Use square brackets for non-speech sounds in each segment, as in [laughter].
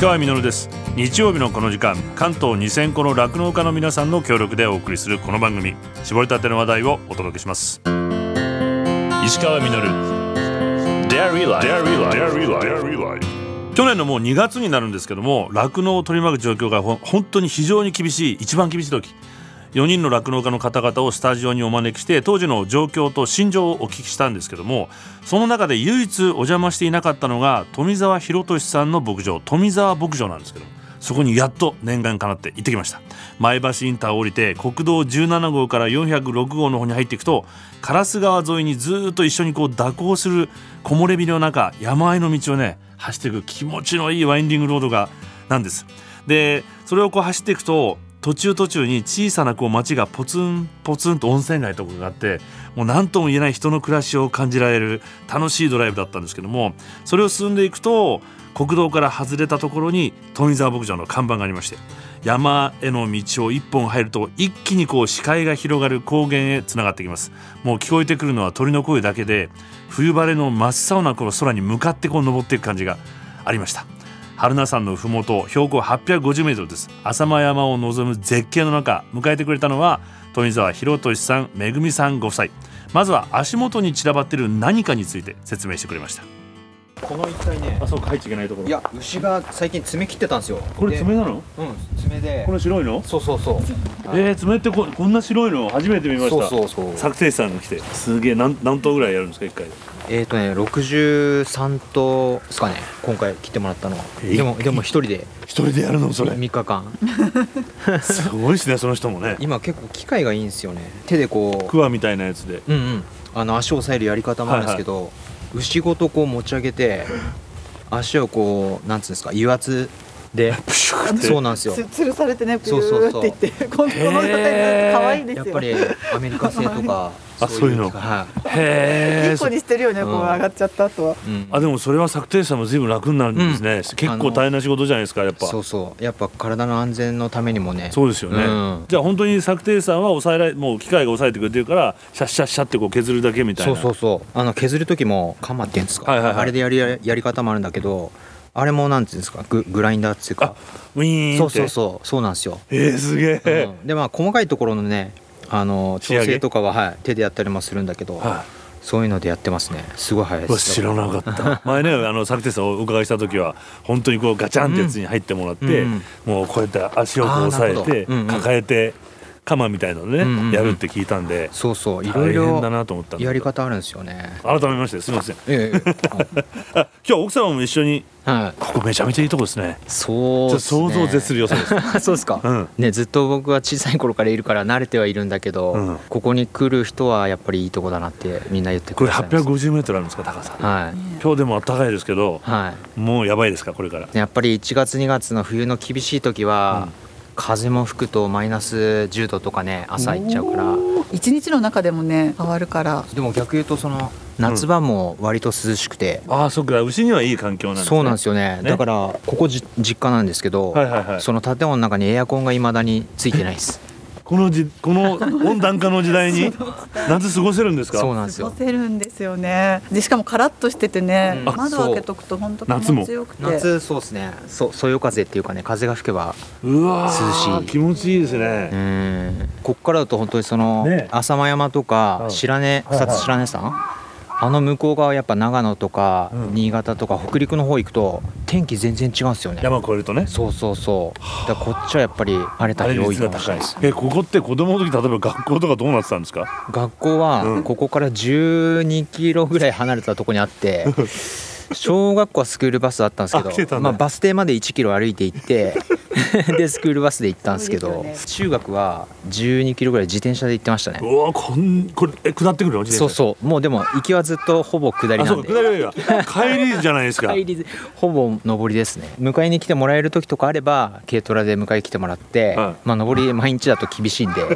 川実です日曜日のこの時間関東2000個の酪農家の皆さんの協力でお送りするこの番組絞りたての話題をお届けします石川実 Dairy Life Dairy Life 去年のもう2月になるんですけども酪農を取り巻く状況がほん本当に非常に厳しい一番厳しい時4人の酪農家の方々をスタジオにお招きして当時の状況と心情をお聞きしたんですけどもその中で唯一お邪魔していなかったのが富澤博俊さんの牧場富澤牧場なんですけどそこにやっと念願かなって行ってきました前橋インターを降りて国道17号から406号の方に入っていくと烏川沿いにずっと一緒にこう蛇行する木漏れ日の中山あいの道をね走っていく気持ちのいいワインディングロードがなんですでそれをこう走っていくと途中途中に小さなこう町がポツンポツンと温泉街とかがあってもう何とも言えない人の暮らしを感じられる楽しいドライブだったんですけどもそれを進んでいくと国道から外れたところに富澤牧場の看板がありまして山への道を一本入ると一気にこう視界が広がる高原へつながってきますもう聞こえてくるのは鳥の声だけで冬晴れの真っ青なこの空に向かってこう登っていく感じがありました春名山のふもと標高850メートルです浅間山を望む絶景の中迎えてくれたのは富澤博俊さんめぐみさんご夫妻まずは足元に散らばっている何かについて説明してくれましたこの一帯ねあそうか入っちゃいけないとこいや牛が最近爪切ってたんですよでなのうん爪での白いのそうそうそうえー、爪ってここんな白いの初めて見ましたそうそうそう作成士さんが来てすげえ何何頭ぐらいやるんですか一回でえっ、ー、とね63頭ですかね今回切ってもらったのはえでもでも一人で一人でやるのそれ3日間すごいですねその人もね今結構機械がいいんですよね手でこクワみたいなやつでううんうんあの足を押さえるやり方もあるんですけど、牛ごとこう持ち上げて足をこうなんつうんですか油圧 [laughs] でプシューってそうなんですよつ吊るされてねピそュうそうそうーっていってこのこの状態で可愛いですよやっぱりアメリカ製とか [laughs] あそういうの機械はいへえ一個にしてるよね、うんこう上がっちゃった後はうんあでもそれは作定士さんも随分楽になるんですね、うん結構大変な仕事じゃないですかやっぱそうそうやっぱ体の安全のためにもねそうですよね、うんじゃあ本当に作定士さんは抑えられもう機械が抑えてくれてるからシャッシャッシャッってこう削るだけみたいそなうそうそうあの削る時も鎌っていうんですか、はいはいはいあれでやりやり方もあるんだけどあれもなんていうんですかググラインダーっていうあかウィーンってそうそうそうそうなんですよ、えー、すげえ、うんでまあ細かいところのねあの仕上調げ整とかは、はい、手でやったりもするんだけど、はいそういうのでやってますねすごい早いうでわす知らなかった [laughs] 前ねあの作定さんをお伺いした時は本当にこうガチャンってやつに入ってもらって、うんもうこうやって足をこうあー押さなるえほどて、うんうん抱えて鎌みたいなのでね、うんうんうんやるって聞いたんでそうそういろ大い変だなろと思ったんだけどやり方あるんですよね [laughs] 改めましてすみませんえええあ今日奥様も一緒にえはいここめちゃめちゃいいとこですねそちうょっとっすね想像を絶する良さです [laughs] そうですか、うんね、ずっと僕は小さい頃からいるから慣れてはいるんだけど、うんここに来る人はやっぱりいいとこだなってみんな言ってこくれださいます850メートルあるんですか高さはい、今日でも暖かいですけどはもうやばいですかこれからい、やっぱり1月2月の冬の厳しい時は、風も吹くとマイナス10度とかね朝行っちゃうから一日の中でもね変わるからでも逆言うとその夏場も割と涼しくて、ああそっか牛にはいい環境なんですねそうなんですすよねねだからここじ実家なんですけど、はいはいはいその建物の中にエアコンがいまだについてないですこのじこの温暖化の時代 [laughs] に夏過ごせるんですかそうなんです過よごせるんですよねでしかもカラッとしててね、うんあ窓開けとくと本当気持ちよくて夏そうですねそそよ風っていうかね風が吹けばうわー涼しい気持ちいいですね、うんこっからだと本当にその、ね浅間山とうかん白根はい草津白根山、あの向こう側やっぱ長野とか、うん新潟とか北陸の方行くと天気全然違うんですよね山越えるとねそうそうそうだからこっちはやっぱり晴れた晴日れ多い率かがもしれ高ないいですえここって子供の時例えば学校とかどうなってたんですか学校うんはここから12キロぐらい離れたとこにあ [laughs] って、小学校はスクールバスだったんですけあど来てたんだまあ、バス停まで1キロ歩いて行って [laughs] でスクールバスで行ったんですけそうどですよ中学は12キロぐらい自転車で行ってましたねうわーこんこれえ下ってくるの自そう転車そうもうでも行きはずっとほぼ下りあなそんうでか下り [laughs] はいいわ帰りじゃないですか帰りほぼ上りですね迎えに来てもらえる時とかあれば軽トラで迎えに来てもらって、はまあ上り毎日だと厳しいんで自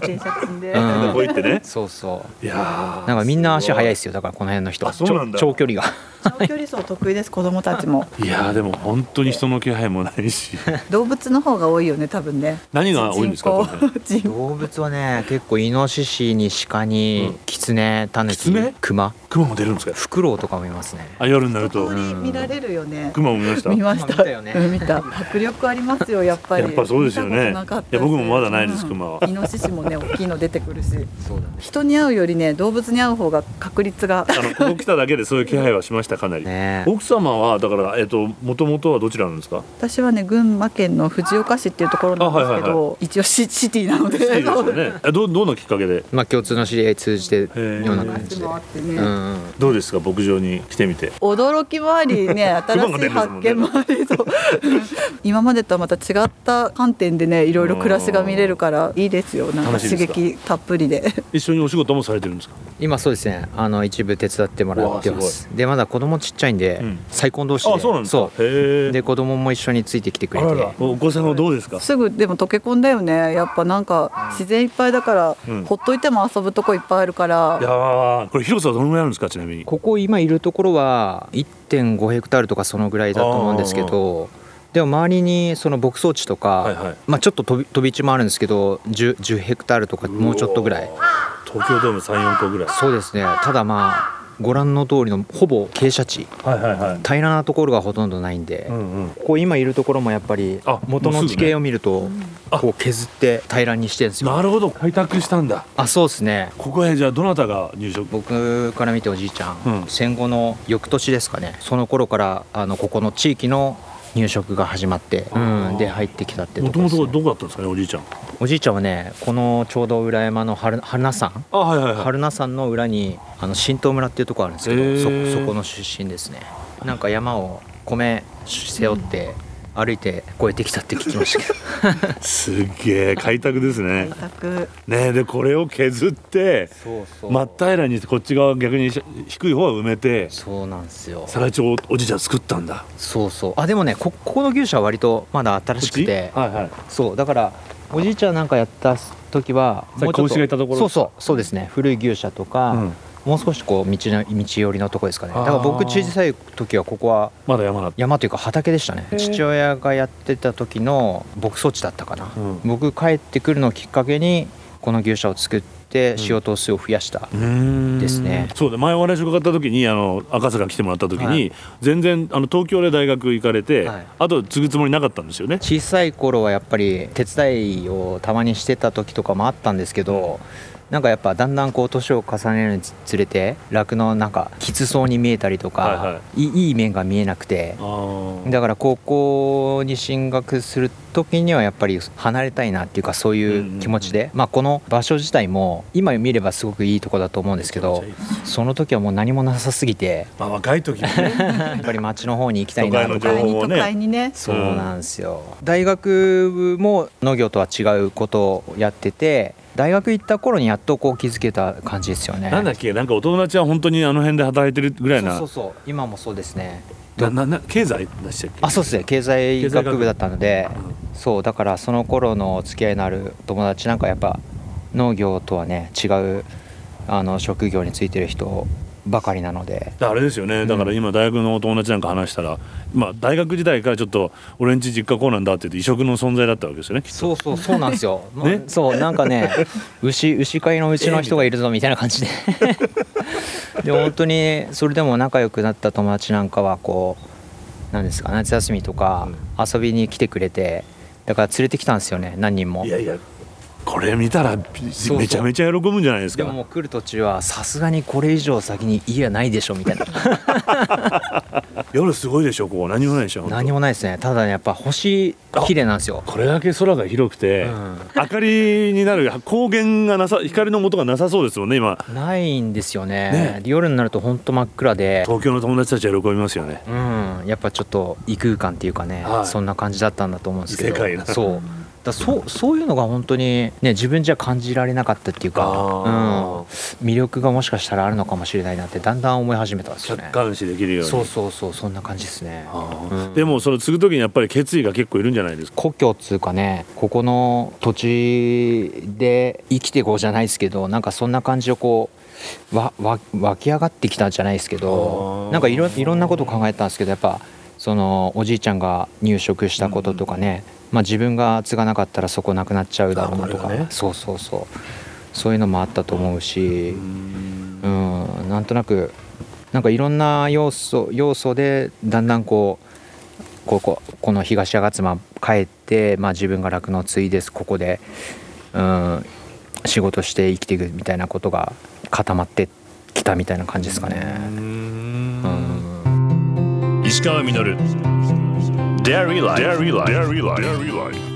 転車積んで、うんこう行ってねそうそういやーなんかみんな足速いですよだからこの辺の人あそうなんだちょ長距離が長距離走得意です子供たち [laughs] もいやーでも本当に人の気配もないし動物の方が多いよね多分ね何が多いんですかこ人こね口人口動物はね結構イノシシに鹿に、キツネタヌキキツネクマ熊も出るんですかフクロウとかもいますねあ夜になる一と通り見られるよね。熊も見ました見ました。見たよねうん見た。迫力ありますよやっぱり。やっぱそうですよね見たことなかったしいや僕もまだないです熊はうんイノシシもね大きいの出てくるし、そうだね人に会うよりね動物に会う方が確率が。あのここ来ただけでそういう気配はしましたかなり、ねえ奥様はだからえっと元々はどちらなんですか私はね群馬県の藤岡市っていうところなんですあけはいはいど、一応シシティなので。いいですよねえどどんなきっかけでまあ共通の知り合い通じてよーうな感じでもあってうんね。どうですか牧場に来てみて驚きもありね新しい発見もありそう [laughs] 今までとはまた違った観点でねいろいろ暮らしが見れるからいいですよなんか楽しいで刺すか激たっぷりで一緒にお仕事もされてるんですか今そうですねあの一部手伝ってもらってまうわすでまだ子供ちっちゃいんで、うん再婚同士であそうなんですかへえで子供も一緒についてきてくあれてららお子さんはどうですかすぐでも溶け込んだよねやっぱなんか自然いっぱいだから、うんほっといても遊ぶとこいっぱいあるからいやーこれ広さはどのぐらいあるんですかちなみにここ今いるところは1.5ヘクタールとかそのぐらいだと思うんですけどでも周りにその牧草地とか、はいはいまあ、ちょっと飛び飛び地もあるんですけど 10, 10ヘクタールとかもうちょっとぐらい東京ドーム34個ぐらいそうですねただまあご覧の通りのほぼ傾斜地はいはいはい平らなところがほとんどないんで、うんうんここ今いるところもやっぱりあ元もうのすぐ地ね形を見るとこう削って平らにしてるんですよなるほど開拓したんだあそうですねここへじゃあどなたが入植僕から見ておじいちゃん、うん戦後の翌年ですかねその頃からあのここの地域の入植が始まって、あーうんで入ってきたってもとことでもすねとどこだったんですかねおじいちゃんおじいちゃんはねこのちょうど裏山の春春名山あはいはいはい春名山の裏にあの新東村っていうところあるんですけへどーそそこの出身ですねなんか山を米背負って歩いて越えてきたって聞きましたけ [laughs] どすっげえ開拓ですね開拓ねえでこれを削ってそうそ真っ平らにしてこっち側逆にし低い方は埋めてそうなんですよ皿町をおじいちゃん作ったんだそうそうあでもねこここの牛舎は割とまだ新こっしちくてはいはいそうだからおじいちゃんなんかやった時はさっきちょっ子牛がいたところそうそうそうですね古い牛舎とか、うんもう少しこう道の道寄りのとこですかねだからあ僕ー小さい時はここはまだ山だった山というか畑でしたねへー父親がやってた時の牧草地だったかな、うん僕帰ってくるのをきっかけにこの牛舎を作って使用頭数を増やした、うーんですねそうで前お話伺った時にあの赤坂来てもらった時に、はい全然あの東京で大学行かれて、はいあと継ぐつもりなかったんですよね小さい頃はやっぱり手伝いをたまにしてた時とかもあったんですけどなんかやっぱだんだんこう年を重ねるにつれて酪農なんかきつそうに見えたりとか、、はいはいいいい面が見えなくてあーだから高校に進学する時にはやっぱり離れたいなっていうかそういう気持ちで、まあ、この場所自体も今見ればすごくいいとこだと思うんですけどめちゃめちゃいいですその時はもう何もなさすぎてまあ若い時にねやっぱり町の方に行きたいなと都か会の情第報二を都ね会にねそうなんですよ、大学も農業とは違うことをやってて大学行った頃にやっとこう気づけた感じですよねなんだっけなんかお友達は本当にあの辺で働いてるぐらいなそうそうそう今もそうですねななな経済でしたっけあそうですね経済経済学学部部だったのでうんそうだからその頃の付き合いのある友達なんかやっぱ農業とはね違うあの職業についてる人ばかりなのであれですよねだから今大学のお友達なんか話したら、まあ大学時代からちょっと俺んち実家こうなんだって言って異色の存在だったわけですよねきっとそうそうそうなんですよ、もうねそうなんか [laughs] ね牛牛飼いのうちの人がいるぞみたいな感 [laughs] じでで本当にそれでも仲良くなった友達なんかはこうなんですか夏休みとか遊びに来てくれてだから連れてきたんですよね何人もいやいやこれ見たらびそうめちゃめちゃ喜ぶんじゃないですでかももう来る途中はさすがにこれ以上先に家はないでしょみたいな夜すごいでしょここ何もないでしょ本当 [laughs] 何もないですねただねやっぱ星綺麗なんですよこれだけ空が広くて、うん明かりになる光源がなさ光の元がなさそうですもんね今ないんですよねねで夜になると本当真っ暗で東京の友達たちは喜びますよねうん、やっぱちょっと異空間っていうかね、はいそんな感じだったんだと思うんですけど異世界だそうだそうそういうのが本当に、ね、自分じゃ感じられなかったっていうか、うんあ、魅力がもしかしたらあるのかもしれないなってだんだん思い始めたんですよ客ね。観視できるようにそうそうそうそんな感じですね。あうーんでもその継ぐ時にやっぱり決意が結構いるんじゃないですか故郷っつうかねここの土地で生きていこうじゃないですけどなんかそんな感じをこうわわ湧き上がってきたんじゃないですけあどーなんかいろいろんなことを考えたんですけどやっぱそのおじいちゃんが入植したこととかね、まあ、自分が継がなかったらそこなくなっちゃうだろうなとあか、これがねそうそうそうそういうのもあったと思うし、うんなんとなくなんかいろんな要素要素でだんだんこうこここの東吾妻帰って、まあ、自分が酪農継いですここで、うん、仕事して生きていくみたいなことが固まってきたみたいな感じですかね。うん石川稔 Dairy Life Dairy Life Dairy Life Dairy Life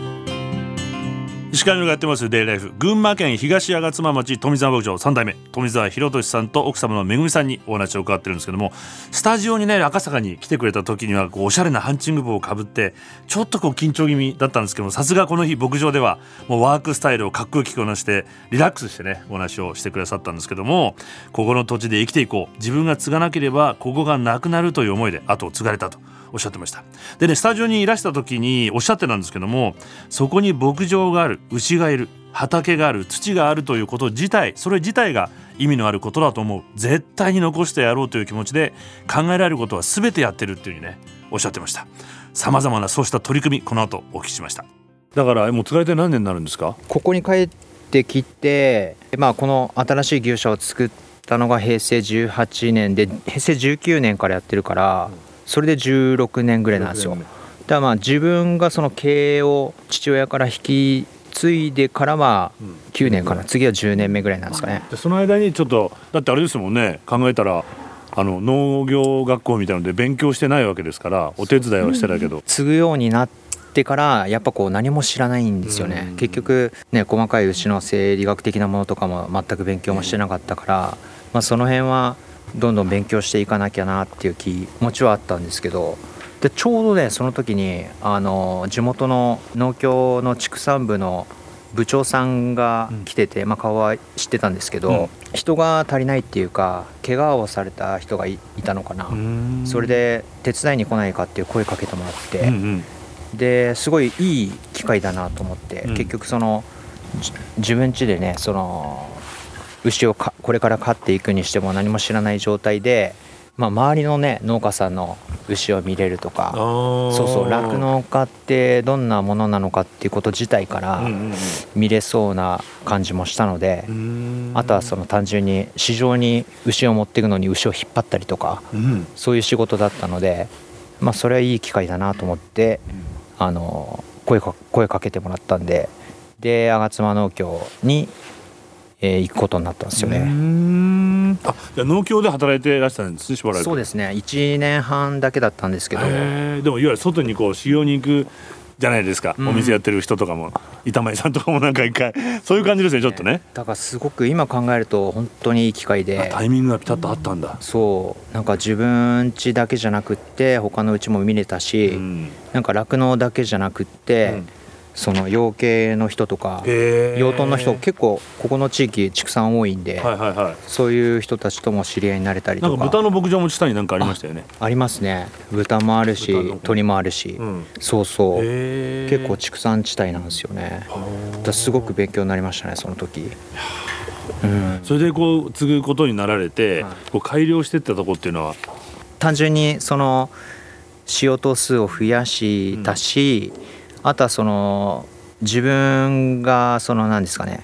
石川がやってますデイライフ群馬県東吾妻町富澤牧場3代目富澤博俊さんと奥様のめぐみさんにお話を伺ってるんですけどもスタジオにね赤坂に来てくれた時にはこうおしゃれなハンチング帽をかぶってちょっとこう緊張気味だったんですけどもさすがこの日牧場ではもうワークスタイルをかっこよく着こなしてリラックスしてねお話をしてくださったんですけどもここの土地で生きていこう自分が継がなければここがなくなるという思いで後を継がれたとおっしゃってましたでねスタジオにいらした時におっしゃってなんですけどもそこに牧場がある牛がいる畑がある土があるということ自体それ自体が意味のあることだと思う絶対に残してやろうという気持ちで考えられることは全てやってるっていうふうにねおっしゃってましたさまざまなそうした取り組みこの後お聞きしましただからもう使い手何年になるんですかここに帰ってきて、まあ、この新しい牛舎を作ったのが平成18年で平成19年からやってるから、うんそれで16年ぐらいなんですよだからまあ自分がその経営を父親から引き継いでからは9年かな、次は10年目ぐらいなんですかねその間にちょっとだってあれですもんね考えたらあの農業学校みたいので勉強してないわけですからお手伝いはしてたけど、うん、継ぐようになってからやっぱこう何も知らないんですよね、うん、結局ね細かい牛の生理学的なものとかも全く勉強もしてなかったから、まあ、その辺はどんどん勉強していかなきゃなっていう気持ちはあったんですけどでちょうどねその時にあの地元の農協の畜産部の部長さんが来てて、うん、まあ、顔は知ってたんですけど、うん、人が足りないっていうか怪我をされた人がいたのかなそれで手伝いに来ないかっていう声かけてもらって、うんうん、ですごいいい機会だなと思って、うん、結局その自分家でねその牛をかこれから飼っていくにしても何も知らない状態で、まあ、周りのね農家さんの牛を見れるとかそうそう酪農家ってどんなものなのかっていうこと自体から見れそうな感じもしたので、あとはその単純に市場に牛を持っていくのに牛を引っ張ったりとか、うん、そういう仕事だったので、まあ、それはいい機会だなと思って、あの声か声かけてもらったんで。で吾妻農協にえー、行くことになったんですよね。あ、じゃ農協で働いてらしたんですね、しばらく。そうですね、一年半だけだったんですけど。でもいわゆる外にこう修行に行く。じゃないですか、うん、お店やってる人とかも板前さんとかもなんか一回そういう感じですねちょっとねだからすごく今考えると本当にいい機会でタイミングがピタッとあったんだそうなんか自分家だけじゃなくって他のうちも見れたし、うん、なんか酪農だけじゃなくって、うんその養鶏の人とか養豚の人結構ここの地域畜産多いんで、はいはいはい、そういう人たちとも知り合いになれたりとか豚の牧場も下に何かありましたよねありますね豚もあるし鶏もあるし、うん、そうそう結構畜産地帯なんですよねすごく勉強になりましたねその時。うん、それでこう継ぐことになられて、はい、こう改良していったとこっていうのは単純にその CO2 数を増やしたし、うんあとはその自分がその何ですかね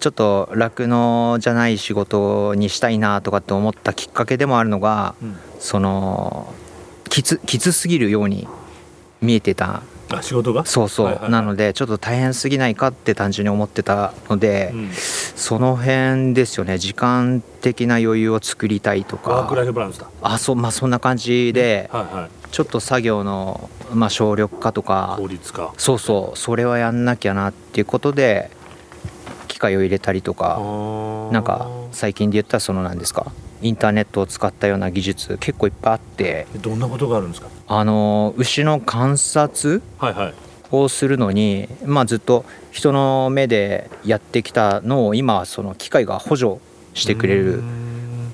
ちょっと酪農じゃない仕事にしたいなとかって思ったきっかけでもあるのが、うん、そのきつきつすぎるように見えてたあ仕事がそうそう、はいはいはい、なのでちょっと大変すぎないかって単純に思ってたので、うん、その辺ですよね時間的な余裕を作りたいとかワークライフバランスだあそうまあそんな感じで、うん、はいはい、ちょっと作業の、まあ、省力化とか効率化そうそうそれはやんなきゃなっていうことで機械を入れたりとかなんか最近で言ったらその何ですかインターネットを使ったような技術結構いっぱいあってどんなことがあるんですかあの牛の観察をするのに、まあ、ずっと人の目でやってきたのを今その機械が補助してくれる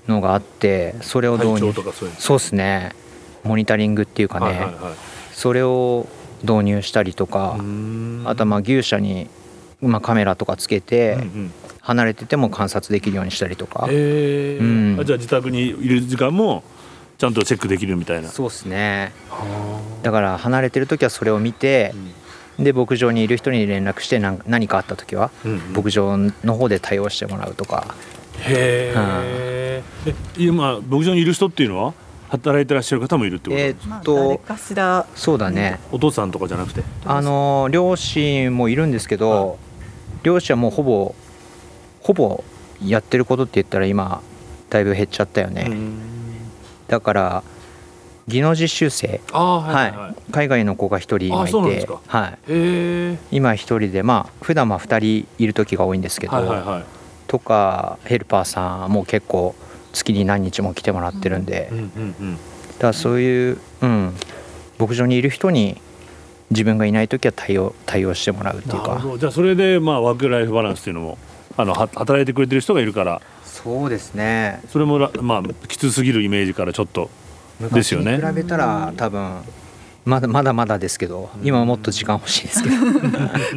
のがあってそれを導入そうですねモニタリングっていうかね、はいはいはい、それを導入したりとかあとはまあ牛舎に、まあ、カメラとかつけて、うんうん、離れてても観察できるようにしたりとか、えー、うん、じゃあ自宅にいる時間もちゃんとチェックできるみたいなそうですねだから離れてる時はそれを見て、うん、で牧場にいる人に連絡して何何かあった時は、うんうん、牧場の方で対応してもらうとかへえ、今牧場にいる人っていうのは働いてらっしゃる方もいるってこと、ええーっまあ、と誰かしらそうだねお父さんとかじゃなくてあの両親もいるんですけど両親はもうほぼほぼやってることって言ったら今だいぶ減っちゃったよね、うんだから技能実習生、ああは、はいいはいはい海外の子が一人今あそうなんでいすてか、はい、へえ今一人でまあ普段は二人いる時が多いんですけど、はいはいはいとかヘルパーさんも結構月に何日も来てもらってるんで、うんうんうんだからそういう、うん、牧場にいる人に自分がいない時は対応対応してもらうっていうなるほかどじゃあそれでまあワークライフバランスっていうのもあのは働いてくれてる人がいるからそうですねそれもらまあきつすぎるイメージからちょっとですよね昔に比べたら多分まだまだまだですけど今はもっと時間欲しいですけど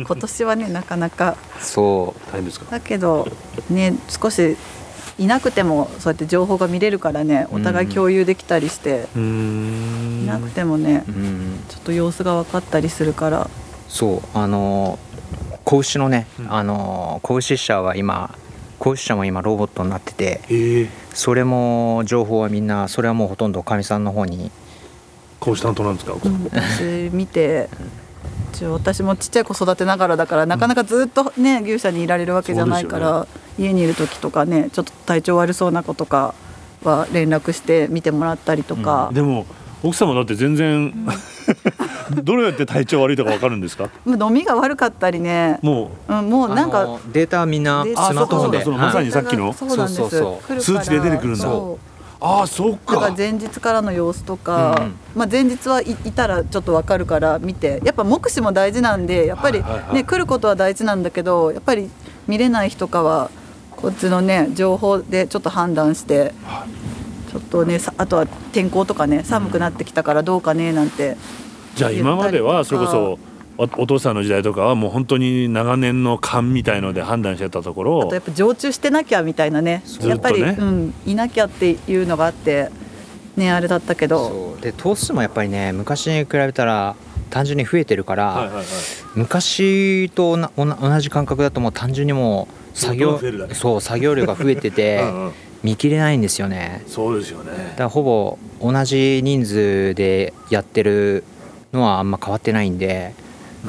今年はねなかなか [laughs] そう大変ですかだけどね少しいなくてもそうやって情報が見れるからねお互い共有できたりして、うーんいなくてもねうんちょっと様子が分かったりするからそうあの子牛のね、うんあの子牛舎は今子牛舎も今ロボットになっててええそれも情報はみんなそれはもうほとんどかみさんの方に講師担当なんですか、私見て一応私もちっちゃい子育てながらだからなかなかずっとね牛舎にいられるわけじゃないかそら、家にいる時とかねちょっと体調悪そうな子とかは連絡して見てもらったりとか、でも奥様だって全然、 [laughs] どうやって体調悪いとかわかるんですかもう飲みが悪かったりね、もうん、もうなんあかのデータはみんなデースタマートフォンであそうだそうだはいまさにさっきのそうなんですそうそうそ来るから数値で出てくるんだそううああそうだかから前日からの様子とか、うんまあ、前日はい、いたらちょっとわかるから見てやっぱ目視も大事なんでやっぱり、ねはいはいはい来ることは大事なんだけどやっぱり見れない日とかはこっちのね情報でちょっと判断して、ちょっとねさあとは天候とかね寒くなってきたからどうかねなんて、じゃあ今まではそれこそおお父さんの時代とかはもう本当に長年の勘みたいので判断してたところあとやっぱ常駐してなきゃみたいなねうやっぱり、ずっとねうん、いなきゃっていうのがあってねあれだったけど。そうで頭数もやっぱりね昔に比べたら単純に増えてるから、はいはいはい昔となおな同じ感覚だともう単純にもう作どんど業ん増えるだけそう作業量が増えて [laughs] てうんうん見切れないんですよねそうですよだねからほぼ同じ人数でやってるのはあんま変わってないんで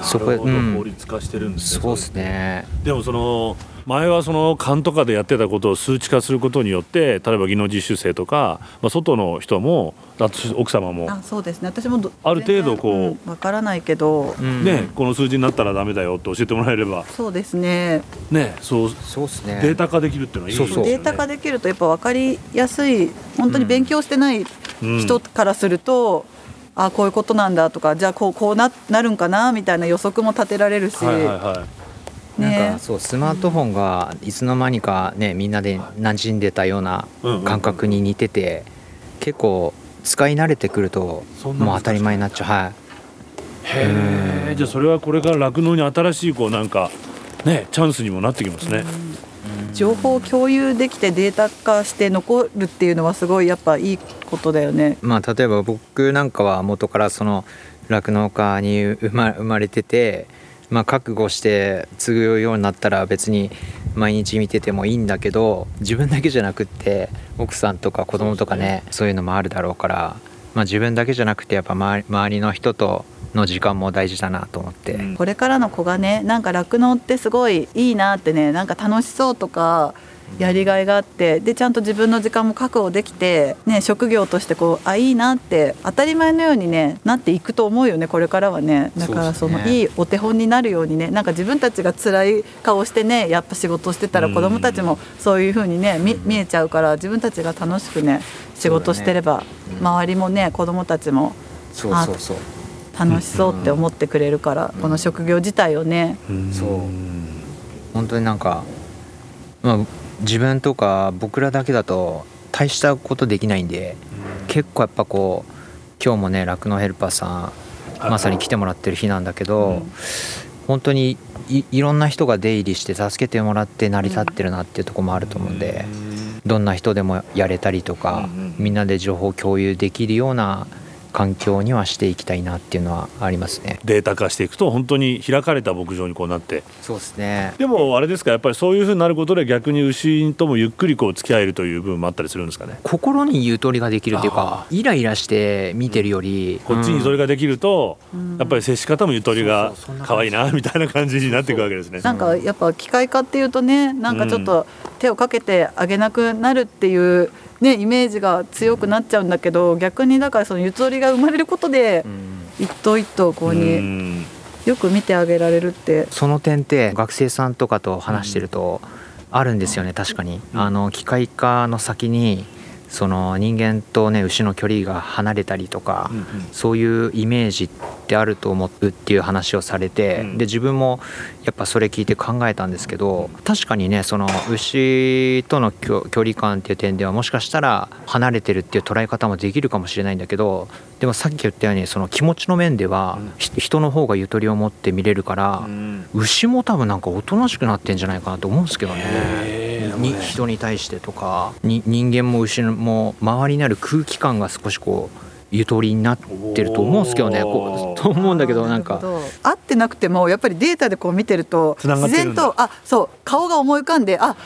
そこなるほどうん効率化してるんですねそうですねでもその前はその勘とかでやってたことを数値化することによって例えば技能実習生とか、まあ、外の人もあと奥様もあそうですね私もどある程度こう全然んわからないけど、うんね、この数字になったらダメだよって教えてもらえれば、そうですねね、そうそうですねデータ化できるっていうのはいいですそようね。データ化できるとやっぱ分かりやすい本当に勉強してないうん人からすると、あこういうことなんだとかじゃあこうこうななるんかなみたいな予測も立てられるし、はいはいはなんねかそうスマートフォンがいつの間にかねみんなで馴染んでたような感覚に似てて結構使い慣れてくるとそんな難しいもう当たり前になっちゃうはいい。へえ。じゃあそれはこれから酪農に新しいこうなんかねチャンスにもなってきますね。情報を共有できてデータ化して残るっていうのはすごいやっぱいいことだよね。まあ、例えば僕なんかは元からその酪農家に生ま生まれてて、まあ、覚悟して継ぐようになったら別に毎日見ててもいいんだけど自分だけじゃなくって奥さんとか子供とかねそういうのもあるだろうから、まあ、自分だけじゃなくてやっぱ周り周りの人との時間も大事だなと思って、うんこれからの子がねなんか酪農ってすごいいいなってねなんか楽しそうとかやりがいがあってでちゃんと自分の時間も確保できて、ね、職業としてこうあいいなって当たり前のように、ね、なっていくと思うよねこれからはねだからそそうですのねいいお手本になるようにねなんか自分たちが辛い顔してねやっぱ仕事してたらうん子どもたちもそういうふうにね見見えちゃうから自分たちが楽しくね仕事してれば、うん周りもね子どもたちもそうそうそう楽しそうって思ってくれるから、この職業自体をねうんそう本当になんか、まあ、自分とか僕らだけだと大したことできないんで結構やっぱこう今日もね酪農ヘルパーさはいんまさに来てもらってる日なんだけど、本当にいいろんな人が出入りして助けてもらって成り立ってるなっていうところもあると思うんで、どんな人でもやれたりとか、うんうんみんなで情報共有できるような環境にはしていきたいなっていうのはありますね。データ化していくと本当に開かれた牧場にこうなってそうですねでもあれですかやっぱりそういうふうになることで逆に牛ともゆっくりこう付き合えるという部分もあったりするんですかね心にゆとりができるというかイライラして見てるより、こっちにそれがができると、うんやっぱり接し方もゆとりがそうそうそんな感可じ愛いなみたいな感じになっていくわけですね。なんかやっぱ機械化っていうとねなんかちょっと手をかけてあげなくなるっていう、ね、イメージが強くなっちゃうんだけど逆にだからそのゆとりが生まれることで一頭一頭こううにんよく見てあげられるってその点って学生さんとかと話してるとあるんですよね確かに。うんあの機械化の先にその人間とね牛の距離が離れたりとか、うんうんそういうイメージってあると思うっていう話をされて、うんで自分もやっぱそれ聞いて考えたんですけど確かにねその牛との距距離感っていう点ではもしかしたら離れてるっていう捉え方もできるかもしれないんだけどでもさっき言ったようにその気持ちの面では、うんひ人の方がゆとりを持って見れるから、牛も多分なんかおとなしくなってんじゃないかなと思うんですけどね。に人に対してとかに人間も牛も周りになる空気感が少しこうゆとりになってると思うんですけどねこうと思うんだけどなんあーかるほど合ってなくてもやっぱりデータでこう見てると繋がっ自てるん然だとあそう顔が思い浮かんであ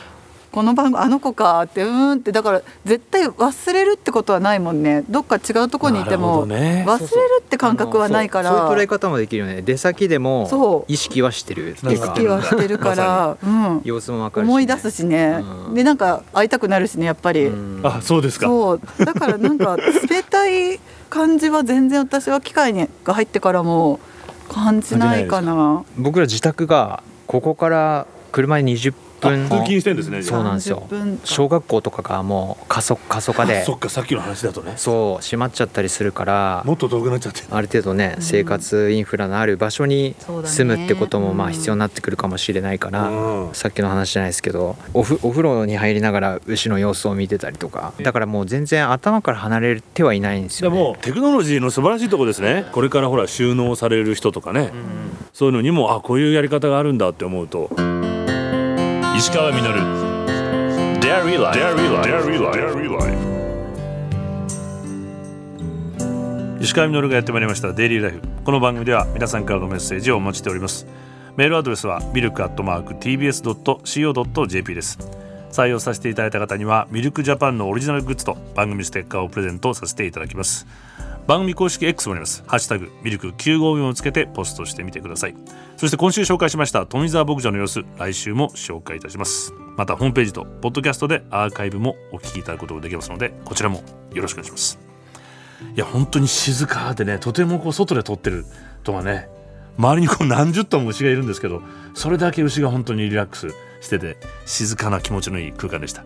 この番号あの子かってうーんってだから絶対忘れるってことはないもんねどっか違うとこにいても、なるほどね忘れるって感覚はないからそうそういう捉え方もできるよね出先でもそう意識はしてるってい意うか識はしてるから、うん、様子もわかるしね思い出すしね、うんでなんか会いたくなるしねやっぱり、うんあそうですか。そうだからなんか冷たい感じは全然私は機械にが入ってからも感じないかな僕ら自宅がここから車で20あ分通勤してんですね。じゃあそうなんですよ30分か小学校とかがもう過疎過疎化あでそっかさっきの話だとね。そう閉まっちゃったりするからもっと遠くなっちゃって。ある程度ね、うん生活インフラのある場所にそうだね住むってこともまあうん必要になってくるかもしれないから、うんさっきの話じゃないですけどおふお風呂に入りながら牛の様子を見てたりとかだからもう全然頭から離れてはいないんですでよ、ね、もテクノロジーの素晴らしいとこですねこれからほら収納される人とかね、そういうのにもあこういうやり方があるんだって思うと石川稔 Dairy Life石川稔がやってまいりましたデイリーライフこの番組では皆さんからのメッセージをお待ちしておりますメールアドレスはミルクアットマーク TBS.CO.JP です採用させていただいた方にはミルクジャパンのオリジナルグッズと番組ステッカーをプレゼントさせていただきます番組公式 X もありますハッシュタグミルク954をつけてポストしてみてくださいそして今週紹介しました富澤牧場の様子来週も紹介いたしますまたホームページとポッドキャストでアーカイブもお聞きいただくことができますのでこちらもよろしくお願いしますいや本当に静かでねとてもこう外で撮ってるとはね周りにこう何十頭も牛がいるんですけどそれだけ牛が本当にリラックスしてて静かな気持ちのいい空間でした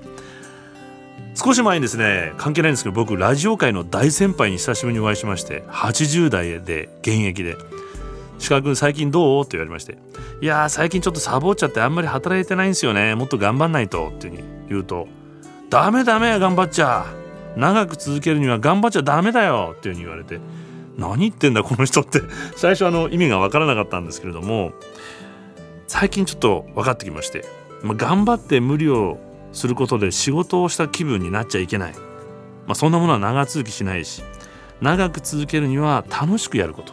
少し前にですね関係ないんですけど僕ラジオ界の大先輩に久しぶりにお会いしまして80代で現役で「鹿君最近どう?」と言われまして「いやー最近ちょっとサボっちゃってあんまり働いてないんですよねもっと頑張んないと」っていうふうに言うと「ダメダメ頑張っちゃ長く続けるには頑張っちゃダメだよ」っていうふうに言われて「何言ってんだこの人」って [laughs] 最初あの意味が分からなかったんですけれども最近ちょっと分かってきまして、まあ、頑張って無理をすることで仕事をした気分になっちゃいけない、まあ、そんなものは長続きしないし長く続けるには楽しくやること、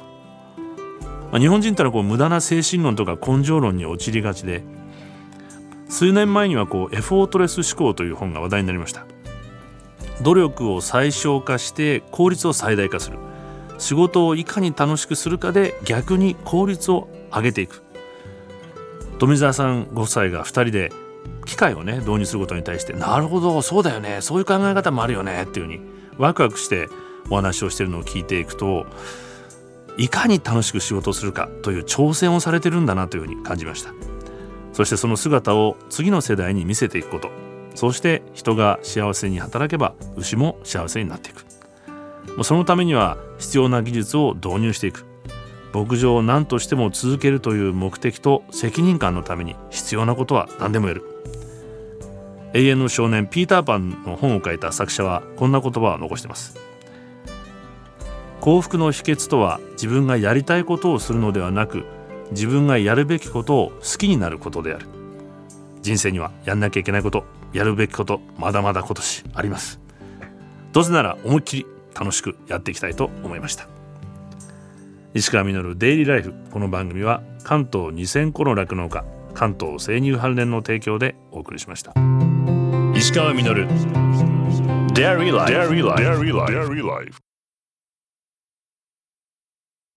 まあ、日本人ってのはこう無駄な精神論とか根性論に陥りがちで数年前にはこうエフォートレス思考という本が話題になりました努力を最小化して効率を最大化する仕事をいかに楽しくするかで逆に効率を上げていく富澤さんご夫妻が2人で機械をね導入することに対してなるほどそうだよねそういう考え方もあるよねっていうふうにワクワクしてお話をしてるのを聞いていくといかに楽しく仕事をするかという挑戦をされてるんだなというふうに感じましたそしてその姿を次の世代に見せていくことそうして人が幸せに働けば牛も幸せになっていくもうそのためには必要な技術を導入していく牧場を何としても続けるという目的と責任感のために必要なことは何でもやる永遠の少年ピーターパンの本を書いた作者はこんな言葉を残しています幸福の秘訣とは自分がやりたいことをするのではなく自分がやるべきことを好きになることである人生にはやんなきゃいけないことやるべきことまだまだ今年ありますどうせなら思いっきり楽しくやっていきたいと思いました石川稔デイリーライフこの番組は関東2000個の酪農家関東生乳関連の提供でお送りしました石川稔 Dairy Life. Dairy Life. Dairy Life.